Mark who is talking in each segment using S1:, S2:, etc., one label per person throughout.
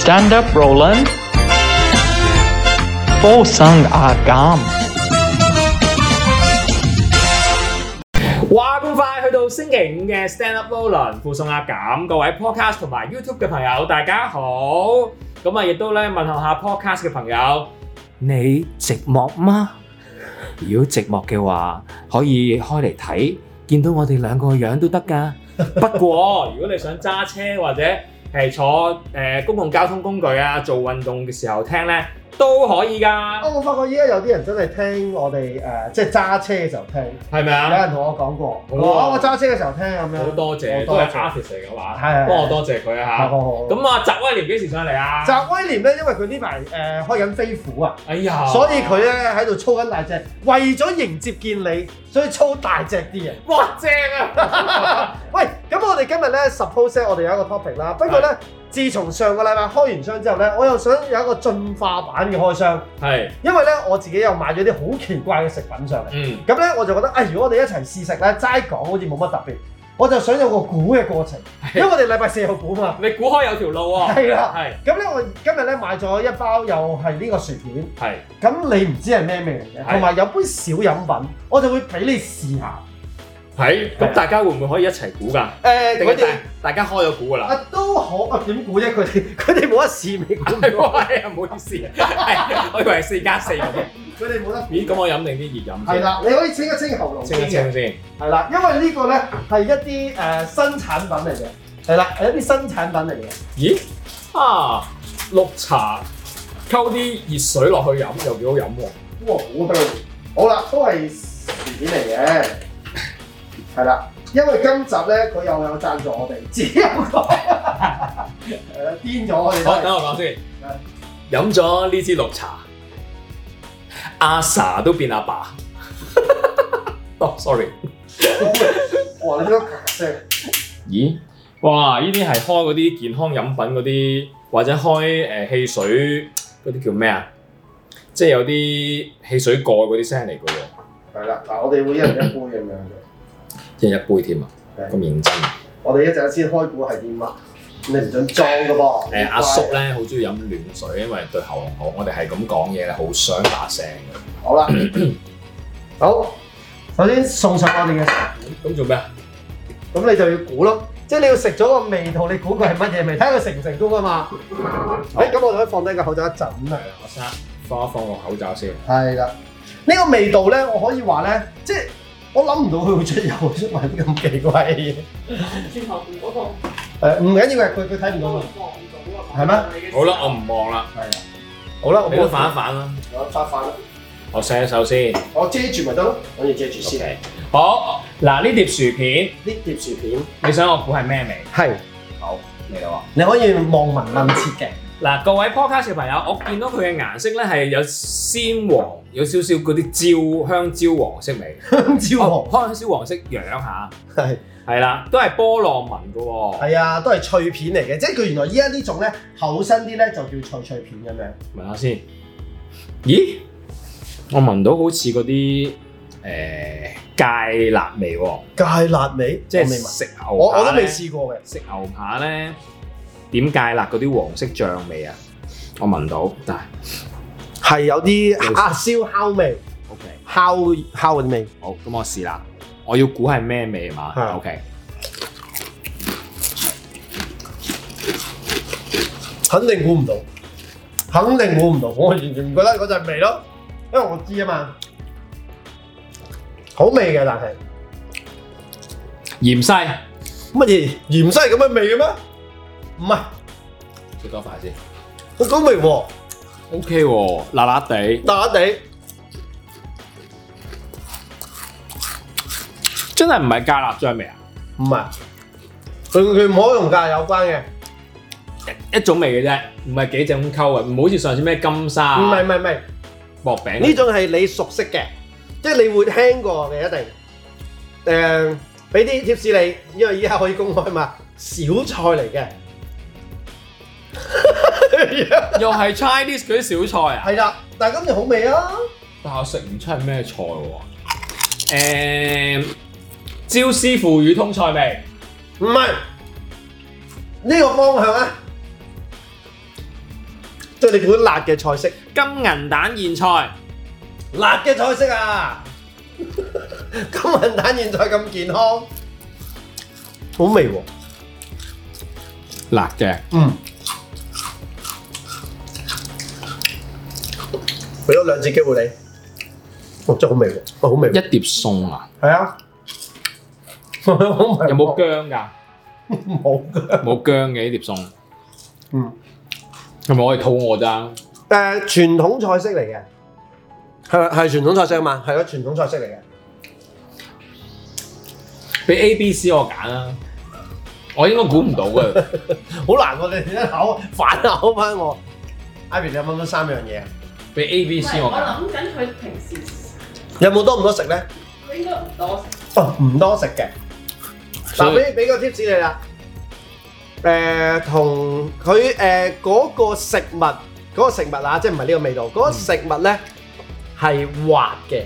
S1: Stand up, Roland. Fo sung a gam.
S2: 哇！咁快去到星期五嘅 Stand Up Roland 附送阿減，各位 Podcast 同埋 YouTube 嘅朋友，大家好。咁啊，亦都咧問候下 Podcast 嘅朋友，
S3: 你寂寞嗎？如果寂寞嘅話，可以開嚟睇，見到我哋兩個嘅樣都得 㗎。
S2: 不過，如果你想揸車或者係坐誒、呃公共交通工具啊、做運動嘅時候聽咧，都可以㗎，
S4: 啊我發覺依家有啲人真係聽我哋誒、呃即係揸車嘅時候聽，
S2: 係咪
S4: 有
S2: 啊？
S4: 人同我講過，
S2: 好
S4: 我
S2: 啊
S4: 話我揸車嘅時候聽咁樣，
S2: 好多謝，
S4: 好
S2: 都
S4: 多謝
S2: 係 artist 嚟嘅話，
S4: 係係係
S2: 幫我多謝佢
S4: 好
S2: 啊
S4: 好好。
S2: 嚇。咁啊，澤威廉幾時上嚟啊？
S4: 澤威廉咧，因為佢呢排誒開緊飛虎啊，
S2: 哎呀，
S4: 所以佢咧喺度操緊大隻，為咗迎接見你，所以操大隻啲啊。
S2: 哇正啊！
S4: 喂，咁我哋今日咧 suppose 呢我哋有一個 topic 啦，不過咧，自從上個禮拜開完箱之後咧，我又想有一個進化版嘅開箱，
S2: 係，
S4: 因為咧我自己又買咗啲好奇怪嘅食品上嚟。
S2: 嗯，
S4: 咁咧我就覺得，啊、如果我哋一齊試食咧，齋講好似冇乜特別，我就想有個估嘅過程，因為我哋禮拜四有估嘛。
S2: 你估開有條路喎。
S4: 係啊啦
S2: 係
S4: 咁咧，我今日咧買咗一包又係呢個薯片，
S2: 係。
S4: 咁你唔知係咩味嚟嘅，
S2: 係
S4: 同埋有杯小飲品，我就會俾你試下。
S2: 係，
S4: 係
S2: 咁
S4: 啊
S2: 大家會唔會可以一齊估㗎？
S4: 誒
S2: 定
S4: 佢
S2: 係
S4: 哋
S2: 大大家開咗估㗎啦？
S4: 啊都好啊點估啫？佢哋佢哋冇得試味，估唔
S2: 係
S4: 到
S2: 喎，哎唔好意思，係我以為係四加四咁。
S4: 佢哋冇得。
S2: 咦，咁我飲定啲熱飲
S4: 係
S2: 先，
S4: 啦，你可以清一清喉嚨
S2: 清一
S4: 先
S2: 清
S4: 嘅
S2: 先。
S4: 係啦，因為呢個咧係一啲誒、新產品嚟嘅，係啦，係一啲新產品嚟嘅。
S2: 咦，啊，綠茶溝啲熱水落去飲又幾好飲喎。
S4: 哇，好香！好啦，都係薯片嚟嘅，係啦。因為今集咧，佢又有贊助我哋，自己有講，係啦，癲咗我哋都
S2: 好，
S4: 係。
S2: 等我講先。飲咗呢支綠茶，阿 sa 都變阿爸。 哦，sorry。
S4: 哇！你都咔聲，
S2: 咦？哇！呢啲係開嗰啲健康飲品嗰啲，或者開誒、呃汽水嗰啲叫咩啊？即係有啲汽水蓋嗰啲聲嚟嘅喎，
S4: 係啦。嗱，我哋會一人一杯咁樣嘅。
S2: 一人一杯添啊！
S4: 係
S2: 咁認真。誒、
S4: 我哋一陣先開估係啲乜，你唔準裝嘅噃。
S2: 阿叔咧好中意飲暖水，因為對喉嚨好。我哋係咁講嘢，好想把聲嘅。
S4: 好啦，好。首先送上我哋嘅薯片，
S2: 咁做咩啊？
S4: 咁你就要估咯，即係你要食咗個味道，你估佢係乜嘢味，睇下佢成唔成功啊嘛。誒、咁我哋可以放低個口罩一陣啊。
S2: 阿生，放一放個口罩先。
S4: 係啦，呢、個味道咧，我可以話咧，即係我諗唔到佢會出油出埋啲咁奇怪嘅嘢。
S5: 轉頭唔嗰個
S4: 誒唔緊要嘅，佢佢睇唔到啊
S5: 望
S4: 嘅。
S5: 唔
S4: 係
S5: 到啊！咩
S2: 好啦，我唔望啦，
S4: 係啊，好啦，我
S2: 你都反一反啦。
S4: 我翻翻啦，
S2: 我洗一手先。
S4: 我遮住咪得咯，我要遮住
S2: o
S4: 先。
S2: k 好，嗱呢碟薯片，
S4: 呢碟薯片
S2: 你想我估係咩味？
S4: 係
S2: 好，嚟啦喎。
S4: 你可以望聞問切 嘅，
S2: 嗱，各位 podcast 嘅朋友，我見到佢嘅顏色咧係有鮮黃，有少少嗰啲椒香蕉黃色味，
S4: 香蕉
S2: 哦
S4: 黃
S2: 香蕉黃色樣下，
S4: 係
S2: 係啦，都係波浪紋嘅喎，
S4: 係啊，都係脆片嚟嘅，即係佢原來依家呢種咧厚身啲咧就叫脆脆片咁樣。
S2: 聞下先。咦，我聞到好似嗰啲誒芥辣味喎，
S4: 芥辣味，
S2: 即
S4: 即
S2: 係
S4: 係未聞，
S2: 食牛扒
S4: 我我都未
S2: 呢
S4: 試過嘅。
S2: 食牛扒咧點芥辣嗰啲黃色醬味啊，我聞到，但係
S4: 係有啲辣燒烤味，
S2: OK，
S4: 烤烤嗰啲味。
S2: 好，咁我試啦，我要估係咩味嘛
S4: 係
S2: ？OK，
S4: 肯定估唔到，肯定估唔到，我完全唔覺得嗰陣味咯，因為我知啊嘛，好味嘅，但係
S2: 芫茜。
S4: 乜嘢鹽西咁嘅味嘅咩？唔係，
S2: 食多塊先。
S4: 我講味喎，
S2: O K 喎，辣辣地，
S4: 打地
S2: 真係唔係芥辣醬味啊，
S4: 唔係，佢佢唔可以同價有關嘅，
S2: 一一種味嘅啫，唔係幾種溝嘅，唔好似上次咩金沙
S4: 唔係
S2: 啊、
S4: 唔係唔係，
S2: 薄餅
S4: 呢種係你熟悉嘅，即係你會聽過嘅一定。誒、俾啲貼士你，因為依家可以公開嘛，小菜嚟嘅。
S2: 又係 Chinese 嗰啲小菜啊。
S4: 係啦，但係今日好味啊！
S2: 但我食唔出係咩菜喎？誒，椒絲腐乳通菜味，
S4: 唔係呢個方向啊，即係你本辣嘅菜式，
S2: 金銀蛋現菜，
S4: 辣嘅菜式 啊！金銀蛋現菜咁健康，好味喎、
S2: 辣嘅，
S4: 嗯，俾多兩次機會你，哦，真係好味喎、哦，好味喎、
S2: 一碟餸啊，
S4: 係 啊，好味喎
S2: 有冇薑㗎？
S4: 冇㗎？
S2: 冇薑嘅呢碟餸，
S4: 嗯，
S2: 係咪我哋肚餓咋？
S4: 誒、傳統菜式嚟嘅，係係傳統菜式啊嘛，係咯傳統菜式嚟 嘅。
S2: 俾 A、B、C 我揀啦，我應該估唔到嘅。
S4: 好難喎、你哋一口反口翻我。Ivy，你有冇得三樣嘢啊？
S2: 俾 A、B、C 我揀，啊
S5: 我諗緊佢平時
S4: 有冇多唔多食咧？
S5: 佢應該唔多食。
S4: 哦，唔多食嘅。
S2: 所
S4: 嗱，
S2: 以
S4: 俾俾個 tips 你啦。誒、同佢誒嗰個食物，嗰、個食物啊，即係唔係呢個味道？嗰、個食物咧係滑嘅，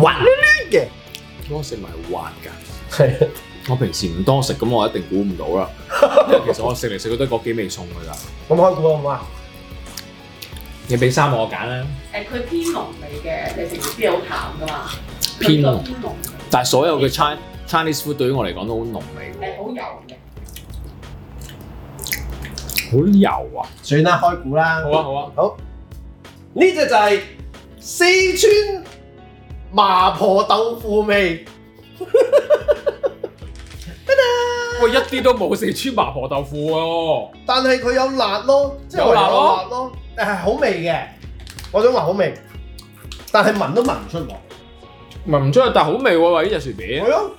S4: 滑溜溜嘅。
S2: 我食埋滑㗎。
S4: 係
S2: 我平時唔多食，咁我一定估唔到啦。因為其實我食嚟食去都係嗰幾味餸㗎咋。
S4: 咁開估好唔好啊？
S2: 你俾三我揀啦，
S5: 誒，佢偏濃味嘅，你平時啲好淡噶嘛？
S2: 偏濃
S5: 佢偏濃嘅，
S2: 但係所有嘅 Chin Chinese food 對於我嚟講都好濃啊味
S5: 誒好油嘅。
S2: 喎，好油啊！
S4: 算啦，開估啦。
S2: 好啊好啊，
S4: 好，呢只就係四川麻婆豆腐味。
S2: 喂，一啲都冇四川麻婆豆腐喎。
S4: 但係佢有辣咯，即係
S2: 有辣咯
S4: 我有辣咯，但係好味嘅。我想話好味，但係聞都聞唔出喎。
S2: 聞唔出，但係好味喎，喂呢隻薯
S4: 係
S2: 片。
S4: 咯，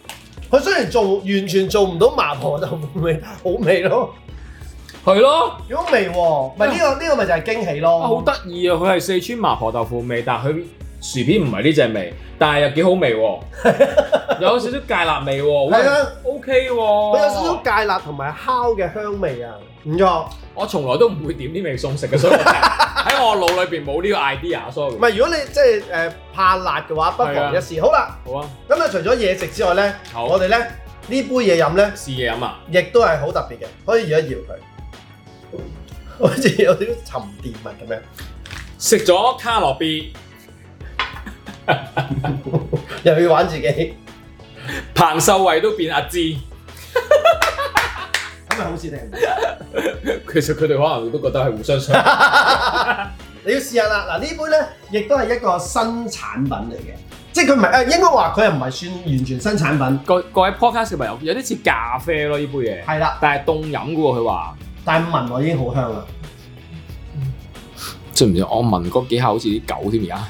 S4: 佢雖然做完全做唔到麻婆豆腐味，但係好味咯。
S2: 係咯，
S4: 如果味喎，咪呢個呢個咪就係驚喜
S2: 啊好
S4: 咯。
S2: 得意啊！佢係四川麻婆豆腐味，但係佢薯片唔係呢隻味，但係又幾好味喎， 有少少芥辣味喎。
S4: 係
S2: 喂
S4: 啊，
S2: ，OK
S4: 佢有少少
S2: 喎。
S4: 芥辣同埋烤嘅香味啊，唔錯。
S2: 我從來都唔會點呢味餸食嘅， 所以我真係喺我腦裏邊冇呢個 idea，sorry
S4: 唔。係，如果你即係誒怕辣嘅話，不
S2: 係啊
S4: 妨一試。好啦，
S2: 好啊，
S4: 咁啊，除咗嘢食之外咧，
S2: 好
S4: 我哋咧呢杯嘢飲咧，
S2: 試嘢飲啊！
S4: 亦都係好特別嘅，可以搖一搖佢，好似有啲沉澱物咁樣。
S2: 食咗卡樂 B，
S4: 又要玩自己，
S2: 彭秀慧都變阿芝。
S4: 咁咪好事定唔好？
S2: 其實佢哋可能都覺得係互相傷 害。
S4: 你要試下啦。嗱，呢杯咧，亦都係一個新產品嚟嘅，即係佢唔係誒，應該話佢又唔係算完全新產品，
S2: 各各位 podcast 嘅朋友，有啲似咖啡咯，呢杯嘢，
S4: 係啦。
S2: 但係凍飲嘅喎。佢話
S4: 但係聞落已經好香啦。
S2: 知唔知？我聞嗰幾下好似啲狗添，而 家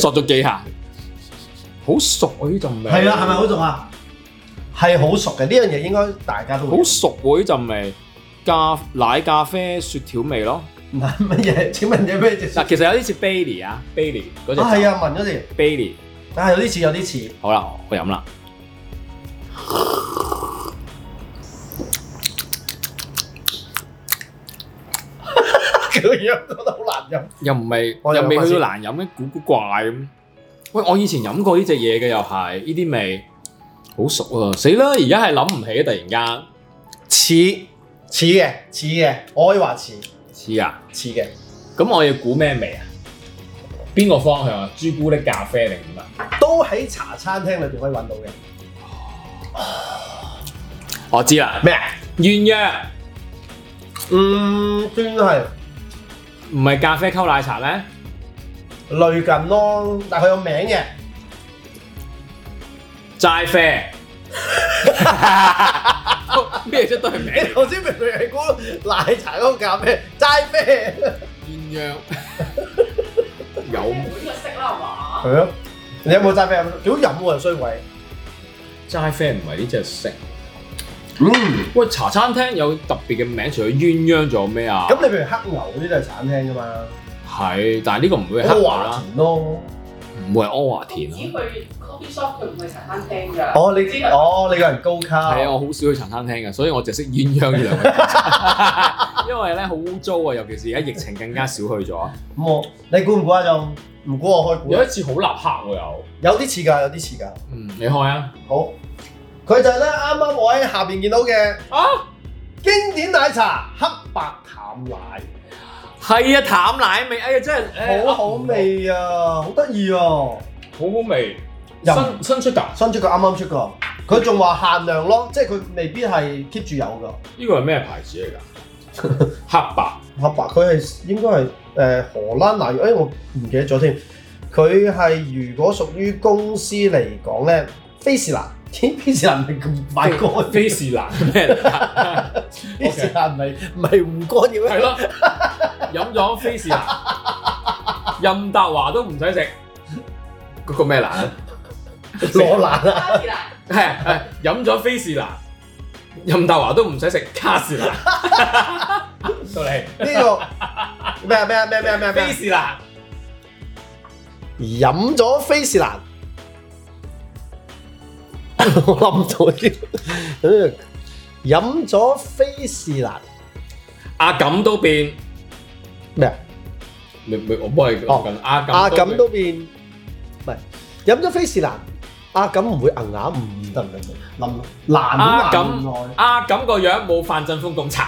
S2: 索咗幾下，好熟啊！呢陣味
S4: 係啦，係咪好熟啊？係好熟嘅呢樣嘢，應該大家都會
S2: 好熟喎？呢陣味咖奶咖啡雪條味咯。
S4: 唔係乜嘢？請問你咩隻？
S2: 嗱，其實有啲似 Bailey 啊，Bailey 嗰隻
S4: 啊，係啊，聞嗰時。
S2: Bailey。
S4: 啊，有啲似，有啲似，
S2: 好啦，我飲啦。
S4: 佢個樣覺得好難飲。
S2: 又唔係
S4: 我哋
S2: 又
S4: 飲
S2: 未
S4: 下
S2: 去
S4: 先
S2: 到難飲咧，古古怪咁。喂，我以前飲過呢隻嘢嘅又係呢啲味，好熟啊！死啦，而家係諗唔起啊！突然間
S4: 似似嘅，似嘅，我可以話似
S2: 似啊，
S4: 似嘅。
S2: 咁我要估咩味啊？邊個方向啊？朱古力咖啡定點啊？
S4: 都喺茶餐廳裏邊可以揾到嘅。
S2: 我知啦，
S4: 咩？
S2: 鴛鴦
S4: 嗯，算係
S2: 唔係咖啡溝奶茶咩？
S4: 類近咯，但係佢有名嘅。
S2: 齋啡咩啫都係
S4: 你頭先明明係嗰個奶茶嗰個咖啡齋啡。
S2: 名鴛鴦有
S5: 每個色啦，係嘛？
S4: 係
S2: 啊
S4: 咯，你有冇齋啡飲？屌飲喎衰鬼。
S2: 齋啡唔係呢隻色。
S4: 嗯，
S2: 喂，茶餐廳有特別嘅名，除咗鴛鴦仲有咩啊？
S4: 咁你譬如黑牛呢啲都係茶餐廳㗎嘛，
S2: 係，但係呢個唔會係黑牛啊
S4: 都華
S2: 啦，
S4: 田咯。
S2: 唔會係阿華
S5: 我唔
S2: 田
S5: 知
S2: 咯。
S5: 佢 coffee shop 佢唔係茶餐廳㗎。
S4: 哦，你
S5: 知
S4: 知
S5: 佢
S4: 哦，你個人高級。
S2: 係啊，我好少去茶餐廳嘅，所以我淨識鴛鴦呢兩個 字，因為咧好污糟啊，尤其是而家疫情更加少去咗。
S4: 咁我你估唔估啊？就唔估我開估啊。
S2: 一次好立克喎又，
S4: 有啲似㗎，有啲似㗎。
S2: 嗯，你開啊，
S4: 好，佢就係咧啱啱我喺下邊見到嘅
S2: 啊，
S4: 經典奶茶黑白淡奶。
S3: 係啊，淡奶味，哎呀，真係
S4: 好好味啊，好得意啊！
S2: 好好味，
S4: 又
S2: 新新出㗎。
S4: 新出個啱啱出個，佢仲話限量咯，即係佢未必係 keep 住有噶。
S2: 呢個係咩牌子嚟 㗎？黑白
S4: 合白佢係應該係誒、呃荷蘭奶油，誒、我唔記得咗添。佢係如果屬於公司嚟講咧，菲士 蘭，咦菲士蘭唔係咁賣乾，
S2: 菲士蘭咩嚟 㗎？
S4: 菲 士蘭唔係唔係護肝
S2: 係
S4: 嘅咩？
S2: 咯，飲咗菲士蘭，任達華都唔使食嗰個咩
S4: 啊
S2: 蘭，
S4: 羅蘭啊！
S5: 卡士蘭
S2: 係係飲咗菲士蘭，任達華都唔使食卡士蘭，到你
S4: 呢個咩啊咩啊咩啊咩啊咩啊咩
S2: 菲
S4: 啊！
S2: 士蘭
S4: 飲咗菲士蘭， 我諗唔到添。飲咗菲士蘭
S2: 阿錦都變，
S4: 咩啊？
S2: 咪咪我幫你
S4: 哦
S2: 講緊阿錦
S4: 阿錦
S2: 變
S4: 都變唔係飲咗菲士蘭，阿錦唔會硬硬唔得唔得唔得，冧難
S2: 阿
S4: 都
S2: 錦
S4: 難耐。
S2: 阿錦個樣冇范振峰咁殘。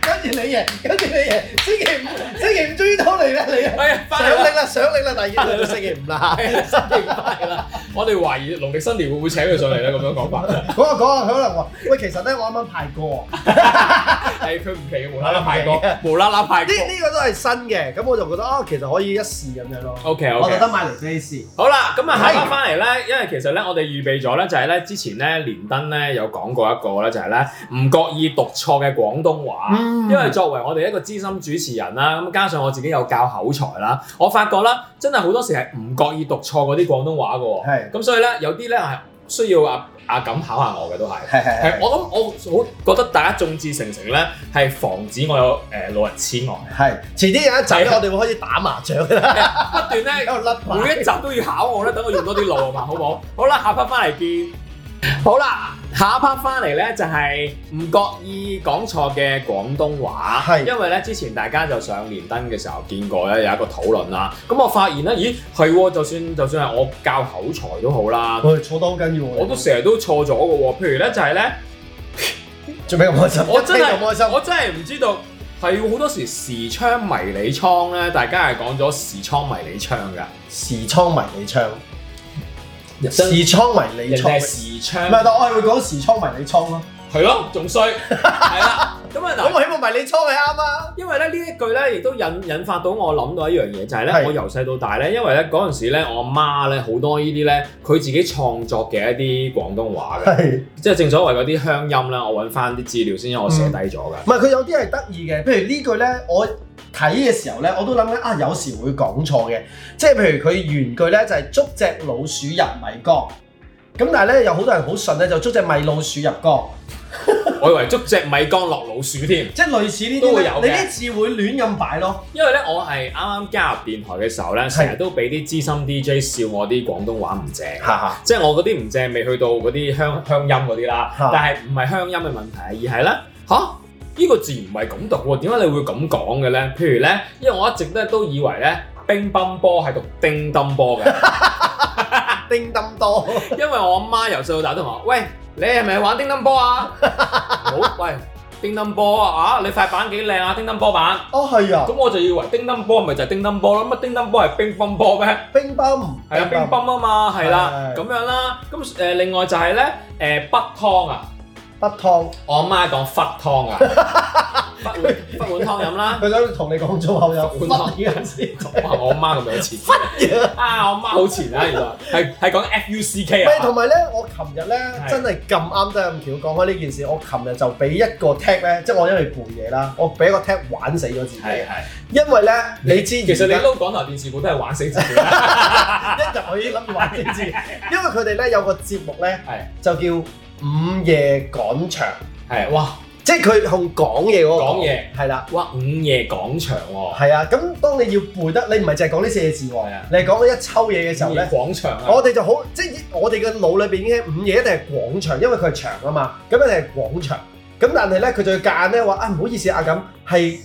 S4: 跟住你贏，跟住你贏，星期五星期五終於到嚟啦，你啊
S2: 哎呀，
S4: 上
S2: 翻嚟啦！
S4: 力啦，上力啦，第二日就星期五啦，
S2: 係啊新年翻嚟啦！我哋懷疑農曆新年會唔會請佢上嚟咧？咁樣講法
S4: 講下講下，佢可能話：喂，其實咧，我啱啱派過。
S2: 係佢唔奇嘅，無啦啦派 過，無啦啦派
S4: 啊呢
S2: 過。
S4: 呢個都係新嘅，咁我就覺得啊，其實可以一試咁樣咯。
S2: O K
S4: 我
S2: O
S4: 特
S2: K，
S4: 登買嚟飛試。
S2: 好啦，咁啊
S4: 係
S2: 下翻翻嚟咧，因為其實咧，我哋預備咗咧，就係咧之前咧連登咧有講過一個咧，就係咧唔覺意讀錯嘅廣東話，
S4: 嗯
S2: 因為作為我哋一個資深主持人啦，咁加上我自己有教口才啦，我發覺啦，真係好多時係唔覺意讀錯嗰啲廣東話嘅喎。
S4: 係
S2: 咁所以咧，有啲咧係需要阿阿錦考下我嘅都係。
S4: 係係
S2: 係，
S4: 係
S2: 我諗我好覺得大家眾志成城咧，係防止我有誒、呃老人痴呆，
S4: 係。遲啲有一集咧，我哋會開始打麻雀㗎啦，
S2: 不斷咧
S4: 喺度甩牌。
S2: 啊每一集都要考我咧，等我用多啲腦啊嘛，好唔 好？好啦，下 part 翻嚟見。好啦，下一 part 翻嚟咧就係唔覺意講錯嘅廣東話，
S4: 係
S2: 因為咧之前大家就上連登嘅時候見過咧有一個討論啦，咁我發現咧，咦係喎，就算就算係我教口才都好啦，
S4: 我哋坐得好緊要喎。
S2: 我都成日都錯咗嘅喎，譬如咧就係咧。
S4: 做咩咁開心？
S2: 我真係
S4: 一聽就開心。
S2: 我真係唔知道，係好多時時昌迷你倉咧，大家係講咗時倉迷你倉㗎，
S4: 時倉迷你倉，
S2: 人
S4: 時倉迷你
S2: 人哋係
S4: 倉。
S2: 時
S4: 唔
S2: 昌，
S4: 係，但我係會講時倉迷你倉咯。
S2: 係咯，仲衰，係 啦，咁啊
S4: 咁
S2: 嗱。
S4: 我希望迷你倉係啱啊。
S2: 因為咧呢一句咧，亦都引引發到我諗到一樣嘢，就係咧
S4: 係
S2: 我由細到大咧，因為咧嗰陣時咧，我阿媽咧好多呢啲咧，佢自己創作嘅一啲廣東話嘅，
S4: 係。
S2: 即係正所謂嗰啲鄉音啦，我揾翻啲資料先，因為我寫低咗㗎。
S4: 唔係佢有啲係得意嘅，譬如呢句咧，我睇嘅時候咧，我都諗緊啊，有時會講錯嘅，即係譬如佢原句咧就係、捉只老鼠入米缸，咁但係咧有好多人好順咧就捉只米老鼠入缸，嗯
S2: 我以為捉隻米缸落老鼠添。
S4: 即係類似呢
S2: 都
S4: 啲
S2: 會
S4: 咧
S2: 有，嘅
S4: 你啲字會亂咁擺咯。
S2: 因為咧，我係啱啱加入電台嘅時候咧，成日都俾啲資深 DJ 笑我啲廣東話唔正，
S4: 哈，
S2: 即係我嗰啲唔正未去到嗰啲鄉鄉音嗰啲啦
S4: 嚇，
S2: 但係唔係鄉音嘅問題，而係咧吓，呢、個字唔係咁讀喎，點解你會咁講嘅咧？譬如咧，因為我一直咧都以為咧乒乓波係讀叮噹波嘅，
S4: 叮噹多，
S2: 因為我阿媽由細到大都同我喂，你係咪玩叮噹波啊？好喂，叮噹波啊，啊你塊板幾靚啊，叮噹波板。
S4: 哦係啊
S2: 咁，我就以為叮噹波咪就係叮噹波咯，乜叮噹波係乒乓 波咩？
S4: 乒乓，
S2: 係啊，乒乓啊嘛，係啦，
S4: 係
S2: 咁樣啦。咁誒、另外就係咧，誒、骨湯啊，
S4: 不湯，
S2: 我阿媽講忽湯 啊，忽碗忽碗湯飲啦。
S4: 佢想同你講粗口有
S2: 不
S4: 分
S2: 湯
S4: 嘅先。
S2: 哇！我阿媽咁有 錢，啊！我阿媽好前啊，原來係係講 F U C K
S4: 喂，同
S2: 啊。
S4: 埋咧，我琴日咧
S2: 係
S4: 真係咁啱得咁巧，講開呢件事，我琴日就俾一個 tag 咧，即係我因為背嘢啦，我俾一個 tag 玩死咗自己。
S2: 係 係，
S4: 因為咧，你知
S2: 其實你
S4: 而家
S2: 撈港台電視部都係玩死自己啊啦。
S4: 一入我已經諗住玩死自己，因為佢哋咧有個節目咧
S2: 係
S4: 就叫午夜廣場，
S2: 係哇
S4: 即係佢同講嘢嗰個
S2: 講嘢
S4: 係啦。
S2: 哇午夜廣場喎，
S4: 係啊，咁當你要背得，你唔係淨係講呢四隻字
S2: 係
S4: 喎
S2: 啊，
S4: 你係講咗一抽嘢嘅時候
S2: 午夜
S4: 咧，
S2: 廣場啊。
S4: 我哋就好，即係我哋嘅腦裏邊已經午夜一定係廣場，因為佢係長啊嘛，咁一定係廣場。咁但係咧，佢就要夾硬咧話啊，唔好意思啊咁，係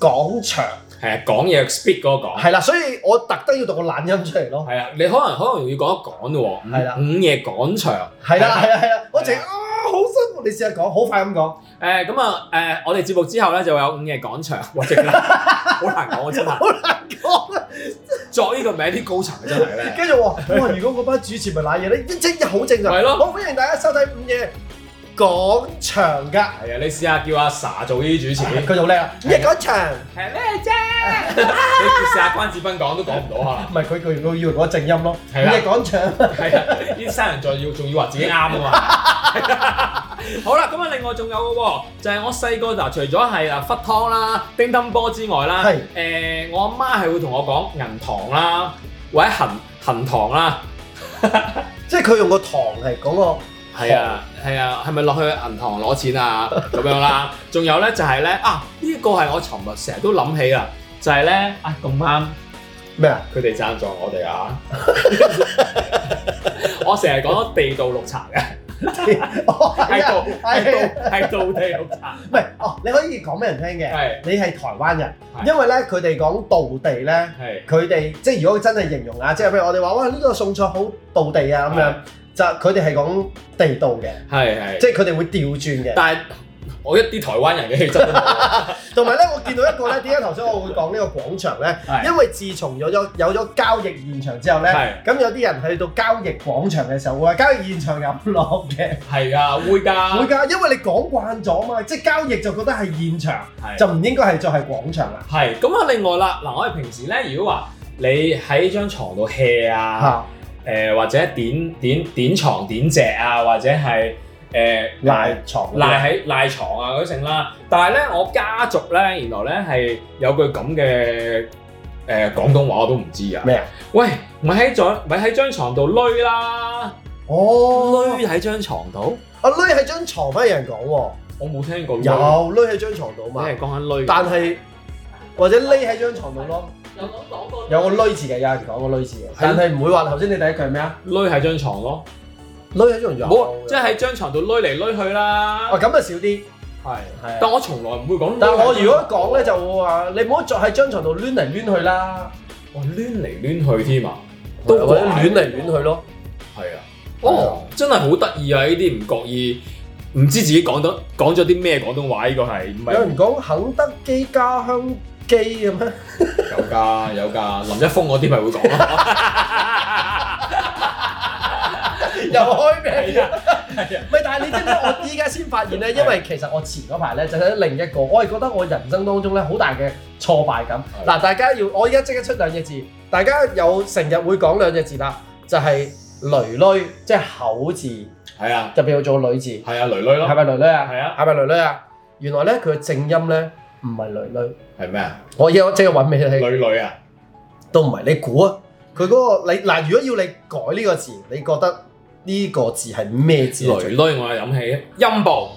S4: 廣場
S2: 係啊，講嘢 speak 嗰個講。
S4: 係啦，所以我特登要讀個懶音出嚟咯。
S2: 係啊，你可能可能要講一講喎，
S4: 係啦
S2: 午午夜廣場，
S4: 係啦，係啦，係啦，我淨
S2: 係
S4: 係啊好辛好，你試下講，好快咁講，
S2: 誒咁啊誒，我哋節目之後咧就會有午夜廣場， 或者好難講，啊 真係
S4: 講啊
S2: 作呢個名啲高層真係咧，
S4: 跟住我話，哇！如果嗰班主持咪賴嘢咧，即係好正常。
S2: 係咯
S4: 好歡迎大家收睇午夜廣場㗎，啊
S2: 係啊，你試下叫阿 Sa 做呢啲主持，係
S4: 佢就好叻啦，午夜廣場。
S2: 咩啫？ 你試下關智斌講都講唔到啊，
S4: 唔係佢佢佢以為嗰正音咯，
S2: 係啦
S4: 你講 唱
S2: 係啊，呢三人仲要仲要話自己啱啊嘛。 係啊好啦，咁啊，另外仲有嘅喎，就係我細個嗱，除咗係啊忽湯啦、叮噹波之外啦，
S4: 係
S2: 誒，我阿媽係會同我講銀糖啦，或者痕痕糖啦。
S4: 即係佢用個糖嚟講
S2: 係啊，係啊，係咪落去銀行攞錢啊？咁樣啦，仲有咧就係咧啊，呢、個係我尋日成日都諗起啊，就係咧啊咁啱
S4: 個 咩啊？
S2: 佢哋贊助我哋 啊！我成日講地道綠茶嘅，
S4: 哦，
S2: 係
S4: 係啊
S2: 道係道係道地綠茶，
S4: 唔係哦，你可以講俾人聽嘅，
S2: 係
S4: 你係台灣人，
S2: 係
S4: 因為咧佢哋講道地咧，
S2: 係
S4: 佢哋即係如果真係形容啊，即係譬如我哋話哇呢個餸菜好道地啊咁樣，就佢哋係講地道嘅，
S2: 係係，
S4: 即係佢哋會調轉嘅。
S2: 哎但係我一啲台灣人嘅氣質都 冇，
S4: 同埋咧，我見到一個咧，點解頭先我會講呢個廣場咧？
S2: 係
S4: 因為自從有咗有咗交易現場之後咧，
S2: 係
S4: 咁有啲人去到交易廣場嘅時候，會話交易現場有落嘅，
S2: 係啊，會
S4: 會
S2: 㗎，
S4: 㗎，因為你講慣咗嘛，即係交易就覺得係現場，
S2: 係
S4: 就唔應該係再係廣場啦。
S2: 係咁啊！另外啦，嗱，我哋平時咧，如果話你喺張床度 hea 啊。
S4: 嚇，
S2: 誒、或者點點點床點席啊，或者係誒
S4: 賴床
S2: 賴喺賴床啊嗰啲剩啦。但係咧，我家族咧原來咧係有句咁嘅誒廣東話我都唔知啊。
S4: 咩啊？
S2: 喂，咪喺張咪喺張床度攣啦，
S4: 哦，
S2: 攣喺張床度，
S4: 啊攣喺張床反而有人講喎，
S2: 我冇聽過
S4: 有
S2: 攣。
S4: 攣喺張床度
S2: 你
S4: 嘛，
S2: 係講緊攣，
S4: 但係或者匿喺張床度咯，
S5: 有咁講過。
S4: 有個攣字嘅，有人講個攣字嘅，但係唔會話頭先你第一句係咩啊？
S2: 攣喺張床咯，
S4: 攣喺張床
S2: 冇啊
S4: 度，
S2: 即係喺張床度攣嚟攣去啦。
S4: 哦咁啊少啲，
S2: 係，
S4: 係
S2: 但
S4: 啊。
S2: 我從來唔會講攣喺張床度。
S4: 但係我如果講咧，就會話你唔好再喺張床度攣嚟攣去啦，
S2: 哇哦攣嚟攣去添啊，都
S4: 或者
S2: 怪
S4: 攣嚟攣去咯。
S2: 係啊，哦，真係好得意啊！呢啲唔覺意，唔知自己講得講咗啲咩廣東話，呢個係唔係
S4: 有人講肯德基家鄉雞嘅咩？
S2: 有㗎有㗎？林一峰嗰啲咪會講咯，
S4: 又開名
S2: 係
S4: 啊！咪但係你知唔知我依家先發現咧？因為其實我前嗰排咧就睇另一個，我係覺得我人生當中咧好大嘅挫敗感。
S2: 係
S4: 嗱，大家要我依家即刻出兩隻字，大家有成日會講兩隻字啦，就係女女，即係口字，
S2: 係啊
S4: 就變咗做女字，
S2: 係啊，女女
S4: 係
S2: 咯，
S4: 咪女女啊？
S2: 係啊，
S4: 係咪女女啊？原來咧佢嘅正音咧唔係女女，
S2: 係咩啊？
S4: 我依家即刻揾俾你
S2: 女
S4: 睇，
S2: 女啊，
S4: 都唔係你估啊！佢嗰、個你嗱，如果要你改呢個字，你覺得呢個字係咩字
S2: 女
S4: 嚟做？
S2: 女，我又諗起陰部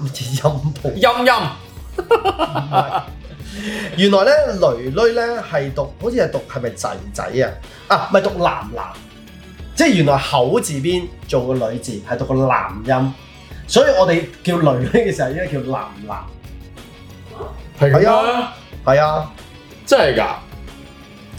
S4: 唔知 音部。
S2: 陰陰
S4: 原來咧，女女咧係讀，好似係讀係咪仔仔啊？啊，唔係讀男男，即係原來口字邊做個女字，係讀個男音，所以我哋叫女女嘅時候應該叫男男。係啊，，係啊，
S2: 真係㗎！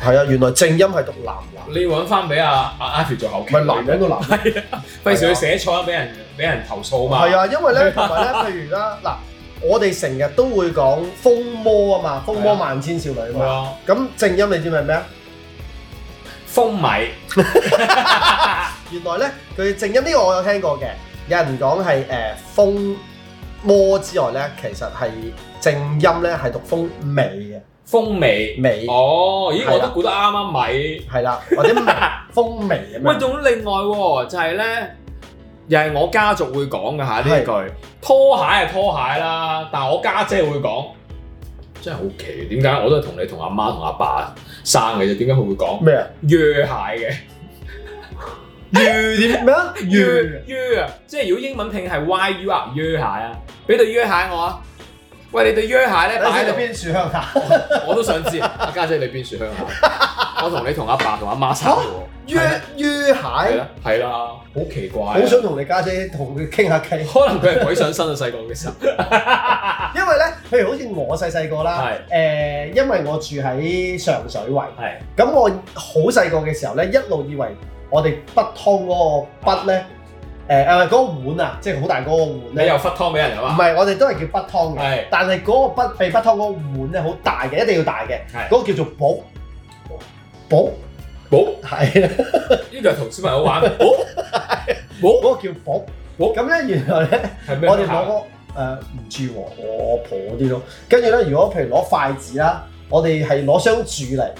S4: 係啊，原來正音係讀男男，
S2: 你揾翻俾阿阿 Ivy 做後
S4: 唔
S2: 期，
S4: 係男人個男。
S2: 係啊，費事佢寫錯啊，俾人俾人投訴嘛。
S4: 係啊，因為咧，同埋咧，譬如啦，嗱，我哋成日都會講風魔啊嘛，風魔萬千少女啊
S2: 係
S4: 嘛。
S2: 啊，
S4: 咁正音你知唔知係咩啊？
S2: 風米
S4: 原來咧，佢正音呢個我有聽過嘅，有人講係誒風魔之外咧，其實係正音咧係讀風尾
S2: 風味
S4: 嘅尾，
S2: 哦，咦，我
S4: 係啊
S2: 都
S4: 啦
S2: 估得啱啱米。
S4: 係啦，或 者尾風尾咁
S2: 喂，
S4: 樣。
S2: 仲有另外喎，就係、咧，又係我家族會講嘅嚇呢一句，拖鞋係拖鞋啦，但係我家姐會講，真係好奇，點解我都係同你同阿媽同阿爸生嘅啫，點解佢會講
S4: 咩啊？
S2: 約蟹
S4: 魚點咩啊？
S2: 嘅？約約啊，即係如果英文拼係 Y U 啊，約蟹啊，俾對約蟹我啊，喂，你對約蟹咧擺喺
S4: 喺
S2: 度
S4: 度，邊啊樹鄉下？
S2: 我都想知，阿家姐你邊樹鄉下？ 我同你同阿爸同阿媽生嘅喎，
S4: 約約蟹，
S2: 係
S4: 好
S2: 啦，係啦，好奇怪啊，
S4: 想同你家姐同佢傾下偈。
S2: 可能佢係鬼上身啊，細個嘅時候。
S4: 因為咧，譬如好似我細細個啦，誒、
S2: 啊係
S4: 因為我住喺上水圍，
S2: 係
S4: 咁我好細個嘅時候咧，一路以為我哋北湯嗰個北咧誒誒嗰個碗啊，即係好大嗰個碗
S2: 你
S4: 咧
S2: 又，忽湯俾人係啊
S4: 唔
S2: 嘛？
S4: 係我哋都係叫筆湯嘅，
S2: 係
S4: 但係嗰個筆鼻筆湯嗰個碗咧好大嘅，一定要大嘅，
S2: 係
S4: 嗰個叫做寶寶
S2: 冇
S4: 係啦，
S2: 呢個係同小朋友玩， 冇冇
S4: 嗰個叫寶
S2: 寶
S4: 咁咧，原來咧。
S2: 係咩？啊
S4: 我哋攞個誒唔知喎，我婆嗰啲咯。跟住咧，如果譬如攞筷子啦，我哋係攞雙柱嚟，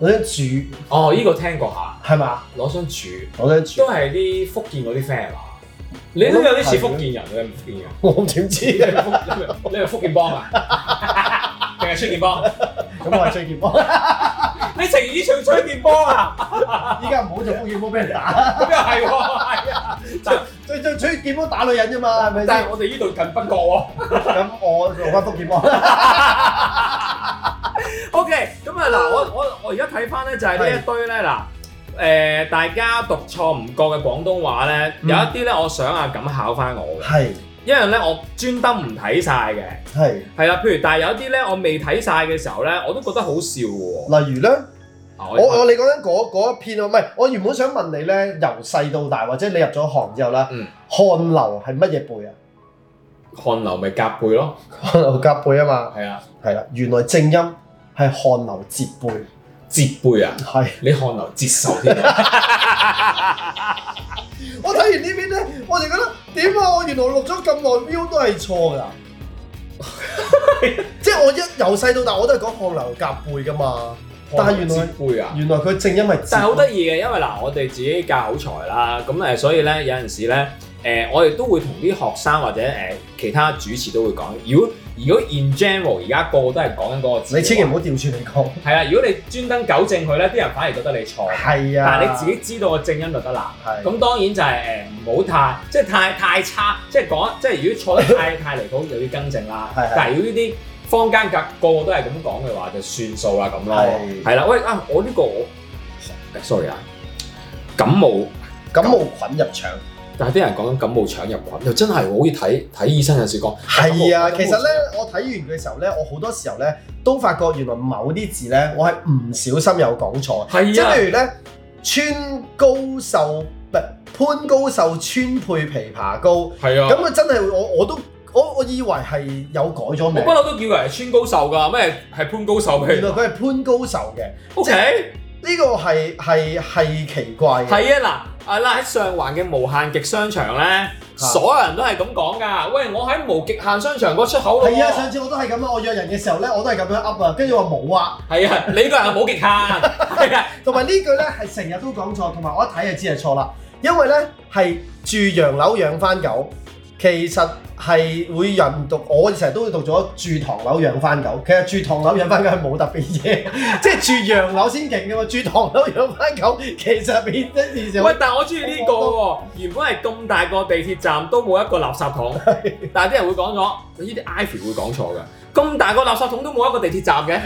S4: 攞張柱
S2: 哦，呢個聽過下，
S4: 係嘛？
S2: 攞張柱
S4: 攞張柱
S2: 都，係啲福建嗰啲 friend 嘛。你都有啲似福建人，你係唔福建人？
S4: 我點 知
S2: 你
S4: 嘅？
S2: 係福你係你係福建幫啊？ 定係崔建邦？
S4: 咁我係崔建波，
S2: 你情意唱崔建邦啊？
S4: 依家唔好做崔建波俾人打，
S2: 咁又係喎，係啊！
S4: 最最崔建波打女人啫嘛，係咪
S2: 但
S4: 先？
S2: 係我哋呢度近北角喎。
S4: 咁我做翻福建波啦，
S2: OK，咁啊嗱，我我我而家睇翻咧就係呢一堆咧嗱，誒、大家讀錯唔覺嘅廣東話咧，
S4: 嗯
S2: 有一啲咧我想啊咁考翻我嘅，
S4: 係
S2: 因為咧我專登唔睇晒嘅，
S4: 係，
S2: 係啦，譬如但係有啲咧我未睇晒嘅時候咧，我都覺得好笑喎。
S4: 例如咧，
S2: 啊
S4: 我我你講緊嗰嗰一篇啊咯，唔係我原本想問你咧，由細到大或者你入咗行之後啦
S2: 嗯，
S4: 漢流係乜嘢背啊？
S2: 漢流咪夾背咯，
S4: 漢流夾背啊嘛。
S2: 係啊，
S4: 係啦，原來正音係漢流節背，
S2: 折背啊，
S4: 係。
S2: 你漢流折手 添啊，
S4: 我睇完呢邊咧，我就覺得點啊！我原來錄咗咁耐 view 都係錯 㗎，即係我一由細到大我都係講漢流夾背㗎嘛。但係原來
S2: 漢流折背啊。
S4: 原來佢正音係
S2: 但係好
S4: 節背，
S2: 得意嘅，因為嗱，我哋自己教口才啦，咁誒，所以咧有陣時咧，誒、我哋都會同啲學生或者誒、其他主持都會講，如果如果 in general 而家個個都係講緊嗰個字，
S4: 你千祈唔好調轉嚟講。
S2: 係啦，如果你專登糾正佢咧，啲人反而覺得你錯，
S4: 係啊，
S2: 但係你自己知道個正音就得啦。
S4: 係
S2: 咁當然就係誒唔好太即係太太差，即係講即係如果錯得太太離譜，就要更正啦。
S4: 係係
S2: 但係如果呢啲坊間格個個都係咁講嘅話，就算數啦咁咯。
S4: 係
S2: 係啦，喂啊，我呢、個我 sorry 啊，感冒，
S4: 感冒菌入腸。
S2: 但係啲人講緊感冒腸入菌，又真係喎好似睇睇醫生有時講
S4: 係啊，
S2: 感冒
S4: 其實咧，我睇完嘅時候咧，我好多時候咧都發覺原來某啲字咧，我係唔小心有講錯。即
S2: 係
S4: 係
S2: 啊，
S4: 譬如咧，川高壽唔係潘高壽川配枇杷膏，
S2: 係
S4: 咁
S2: 啊，
S4: 佢真係我我都我我以為係有改 咗
S2: 我
S4: 名
S2: 不，嬲都叫人係川高壽㗎，咩係潘高壽
S4: 原
S2: 咩
S4: 來佢係潘高壽嘅，
S2: ？OK。
S4: 呢個係係係奇怪嘅，
S2: 係啊，嗱，啊嗱喺上環嘅無限極商場咧，所有人都係咁講噶。喂，我喺無極限商場個出口咯。
S4: 係啊！上次我都係咁樣，我約人嘅時候咧，我都係咁樣噏啊，跟住我話冇啊，
S2: 係啊，你個人係冇 極限，係啊，
S4: 同埋呢句咧係成日都講錯，同埋我一睇就知係錯啦，因為咧係住洋樓養番狗，其實係會人讀，我成日都會讀咗住唐樓養番狗，其實住唐樓養番狗係冇特別嘢， 即係住洋樓先勁噶嘛，住唐樓養番狗其實變得變
S2: 喂
S4: 成，
S2: 但係我中意呢個喎，原本係咁大個地鐵站都冇一個垃圾 桶，但係啲人會講咗，呢啲 Ivy 會講錯嘅。咁大個垃圾桶都冇一個地鐵站嘅，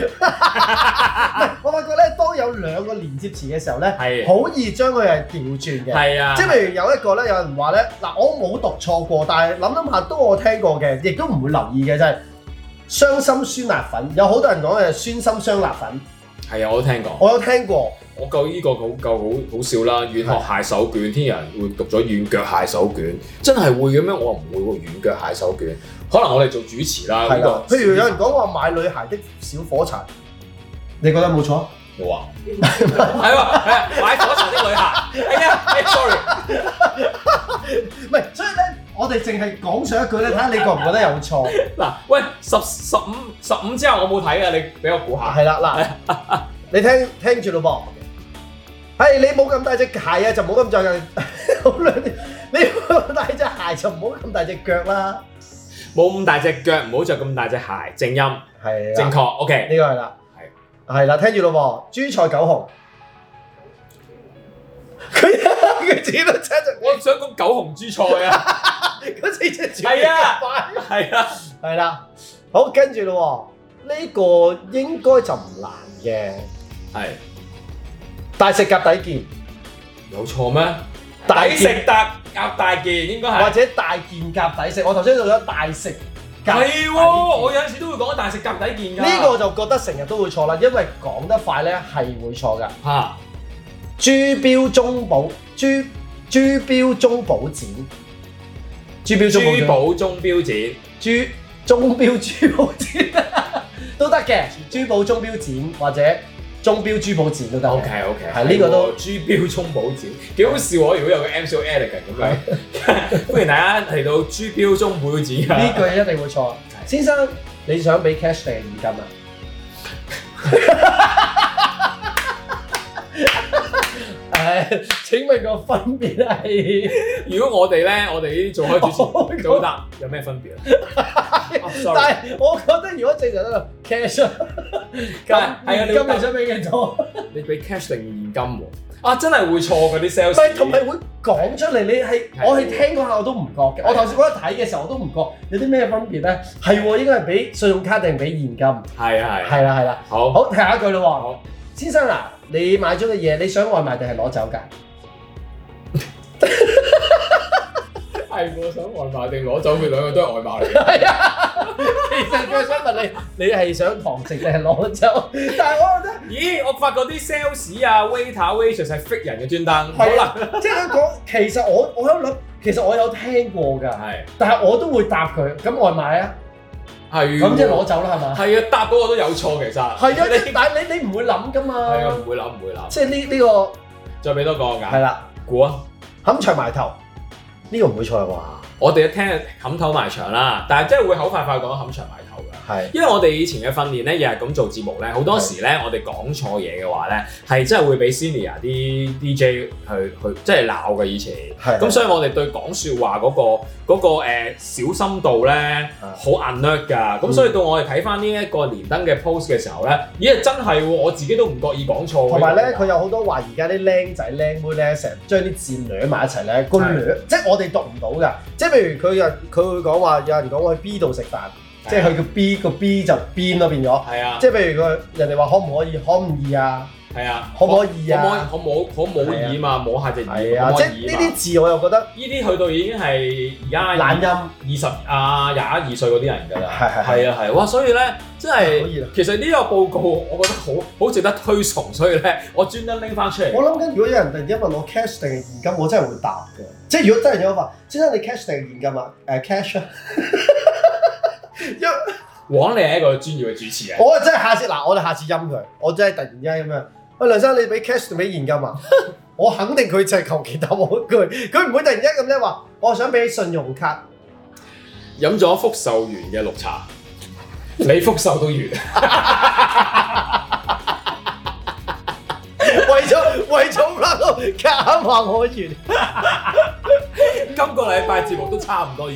S4: 我發覺咧當有兩個連接詞嘅時候咧，
S2: 係
S4: 好易將佢係調轉嘅。
S2: 係啊
S4: 即，係譬如有一個咧，有人話咧，嗱我冇讀錯過，但係諗諗下都我聽過嘅，亦都唔會留意嘅，就係、傷心酸辣粉。有好多人講嘅酸心酸辣粉，
S2: 係啊，我都聽過。
S4: 我有聽過，
S2: 我夠呢個好夠好好笑啦！軟殼蟹手卷，天有人會讀咗軟腳蟹手卷，真係會嘅咩？我唔會喎，軟腳蟹手卷。可能我哋做主持啦，呢
S4: 係啦。
S2: 個
S4: 譬如有人講話買女孩的小火柴，你覺得冇錯？
S2: 冇啊，係喎，係啊買火柴的女孩，係啊係，sorry，
S4: 唔係，所以咧，我哋淨係講上一句咧，睇下你覺唔覺得有錯？
S2: 嗱，喂，十十五十五之後我冇睇啊，你俾我估下，
S4: 係啦，嗱，你聽聽住咯噃。係你冇咁大隻鞋 啊，就冇咁着嘅。好兩啲，你冇咁大隻鞋就唔好咁大隻腳啦。
S2: 冇咁大隻腳，唔好着咁大隻鞋，正音
S4: 係啊啦
S2: 正確，OK，
S4: 呢個係啦，係係啦，聽住咯喎，珠菜九紅，佢 佢自己都揸住
S2: 我想講九紅珠菜啊，
S4: 嗰四隻豬，
S2: 係啊，係啊，
S4: 係啦，好跟住咯喎，呢個應該就唔難嘅，
S2: 係
S4: 大食夾底件
S2: 有錯咩？
S4: 大
S2: 抵食
S4: 件
S2: 特夾大件應該係
S4: 或。者大件夾底食，我頭先做咗大食夾底
S2: 係
S4: 件，
S2: 喎，我有陣時都會講大食夾底件㗎。
S4: 呢個就覺得成日都會錯啦，因為講得快咧係會錯㗎。
S2: 嚇
S4: 珠標中寶，珠珠標中寶展，珠標中寶
S2: 珠
S4: 展
S2: 寶鐘錶展。
S4: 珠鐘錶珠寶展都得嘅，珠寶鐘錶展或者鐘錶珠寶展都得嘅。
S2: O K O K，
S4: 係呢個都
S2: 珠標中寶 展，幾好笑喎！如果有個 M C O elegant 咁樣， 歡迎大家嚟到珠標中寶展
S4: 呢
S2: 啊！
S4: 句一定會錯。先生，你想俾 cash 定係現金啊？誒，請問個分別係？
S2: 如果我哋咧，我哋呢啲做開 主持
S4: 我
S2: 都得，有咩分別啊 啊？sorry，
S4: Oh 但係我覺得如果正常都 cash 啊，咁
S2: 係啊
S4: 現
S2: 你
S4: 金你想俾幾多？唔
S2: 你俾 cash 定現金喎？啊，真係會錯嗰啲 sales。
S4: 係同埋會講出嚟，你係
S2: 係
S4: 我係聽嗰下我都唔覺嘅。我頭先嗰日睇嘅時候我都唔覺有啲咩分別咧。係喎，應該係俾信用卡定俾現金？係
S2: 係啊係啊，
S4: 啦係啦。
S2: 好
S4: 好，睇下一句咯
S2: 好
S4: 喎，先生啊，你買咗嘅嘢，你想外賣定係攞 走㗎？
S2: 係我想外賣定攞走佢兩個都係外賣嚟嘅。
S4: 係啊，其實佢想問你，你係想堂食定係攞 走？但係我覺得。
S2: 咦，我發覺啲 sales 啊、waiter、waitress 係 fit 人嘅專登，
S4: 係
S2: 啦，
S4: 即係佢講，其實我我喺度諗，其實我有聽過㗎，
S2: 係
S4: 但係我都會答佢，咁外賣啊，
S2: 係
S4: 咁即係
S2: 喎
S4: 攞走啦，係嘛？
S2: 係啊，答嗰個都有錯其實。
S4: 係啊，
S2: 嗯你
S4: 即係但係你你唔會諗㗎
S2: 係啊，
S4: 嘛，
S2: 唔會諗，唔會諗。
S4: 即係呢呢個
S2: 再俾多個
S4: 係
S2: 眼，
S4: 啦，
S2: 估啊！
S4: 冚長埋頭，呢個唔會錯啩？
S2: 我哋一聽冚頭埋牆啦，但係真係會口快快講冚牆埋頭㗎。
S4: 係
S2: 因為我哋以前嘅訓練咧，日日咁做節目咧，好多時咧，我哋講錯嘢嘅話咧，係真係會俾 senior 啲 DJ 去去即係鬧嘅以前。
S4: 係啊
S2: 咁所以我哋對講説話嗰、個嗰、個、呃、小心度咧，
S4: 啊
S2: 好 alert 㗎。咁
S4: 嗯
S2: 所以到我哋睇翻呢一個連登嘅 post 嘅時候咧，咦真係喎，我自己都唔覺意講錯喎。
S4: 同埋咧，佢有好多話而家啲僆仔僆妹咧，成日將啲字攣埋一齊咧，個
S2: 係
S4: 攣即係我哋讀唔到㗎。即係譬如佢又佢會講話，有人講我去 B 度食飯，即係佢個 B 個 B 就邊咯變咗。
S2: 係啊
S4: 即係譬如佢人哋話可唔可以，可唔易啊，
S2: 係啊，
S4: 可唔可以啊？
S2: 可冇可冇可冇耳嘛，摸下隻耳。
S4: 係啊，
S2: 可
S4: 即
S2: 摸
S4: 係
S2: 耳嘛
S4: 呢啲字我又覺得
S2: 呢啲去到已經係而家
S4: 懶音
S2: 二十啊廿一二歲嗰啲人㗎啦，
S4: 係係係
S2: 係啊係，哇！所以咧，真
S4: 可以啊
S2: 係
S4: 啦
S2: 其實呢個報告，我覺得好好值得推崇，所以咧，我專登拎翻出嚟。
S4: 我諗緊，如果有人突然間問我 cash 定係現金，我真係會答嘅。即係如果真係有人問，先生你 cash 定係現金啊？誒、cash 啊！因為
S2: 王，你係一個專業嘅主持人，
S4: 我真係下次嗱，我哋下次陰佢，我真係突然間咁樣。喂，梁生，你俾 cash 定俾現金啊？我肯定佢就係求其答我一句，佢唔會突然間咁咧話，我想俾信用卡。
S2: 飲咗福壽園嘅綠茶，你福壽都完，
S4: 為咗為咗拉到夾硬話我完，
S2: 今個禮拜節目都差唔多完，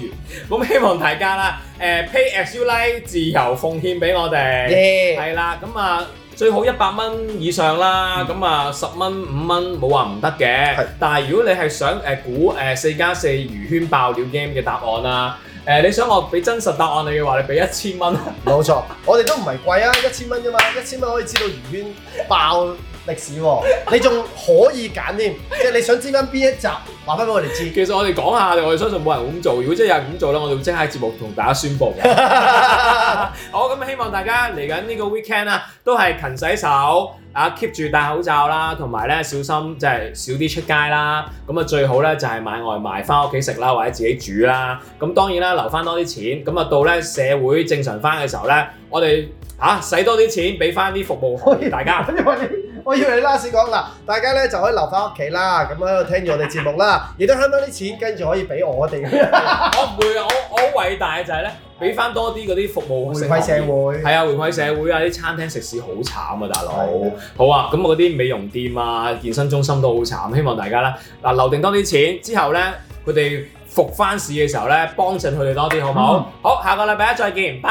S2: 咁希望大家啦，誒、pay as you like，自由奉獻俾我哋。
S4: 耶！
S2: 係啦，咁啊最好一百蚊以上啦，咁啊十蚊五蚊冇話唔得嘅
S4: 係。
S2: 但係如果你係想誒估誒四加四魚圈爆料 game 嘅答案啦，誒你想我俾真實答案你嘅話，你俾一千蚊。
S4: 冇錯，我哋都唔係貴啊，一千蚊啫嘛，一千蚊可以知道魚圈爆歷史喎、你仲可以揀添，即係你想知翻邊一集，話翻俾我哋知。
S2: 其實我哋講下，我哋相信冇人會咁做。如果真係有人咁做咧，我哋會即刻喺節目同大家宣布 嘅。好，咁希望大家嚟緊呢個 weekend 啊，都係勤洗手啊，keep 住戴口罩啦，同埋咧小心即係少啲出街啦。咁啊最好咧就係買外賣翻屋企食啦，或者自己煮啦。咁當然啦，留翻多啲錢。咁啊到咧社會正常翻嘅時候咧，我哋嚇使多啲錢俾翻啲服務行業大 家。
S4: 因為你，我以為你 last 講嗱，大家咧就可以留翻屋企啦，咁喺度聽住我哋節目啦，亦都慳多啲錢，跟住可以俾我哋
S2: 我唔會啊，我我好偉大嘅就係咧，俾翻多啲嗰啲服務
S4: 回
S2: 性
S4: 饋
S2: 行業
S4: 社會。
S2: 係啊，回饋社會啊！啲餐廳食肆好慘啊，大佬
S4: 係。
S2: 好啊，咁嗰啲美容店啊、健身中心都好慘，希望大家咧嗱留定多啲錢，之後咧佢哋復翻市嘅時候咧，幫襯佢哋多啲，好唔好？好，下個禮拜一再見，拜。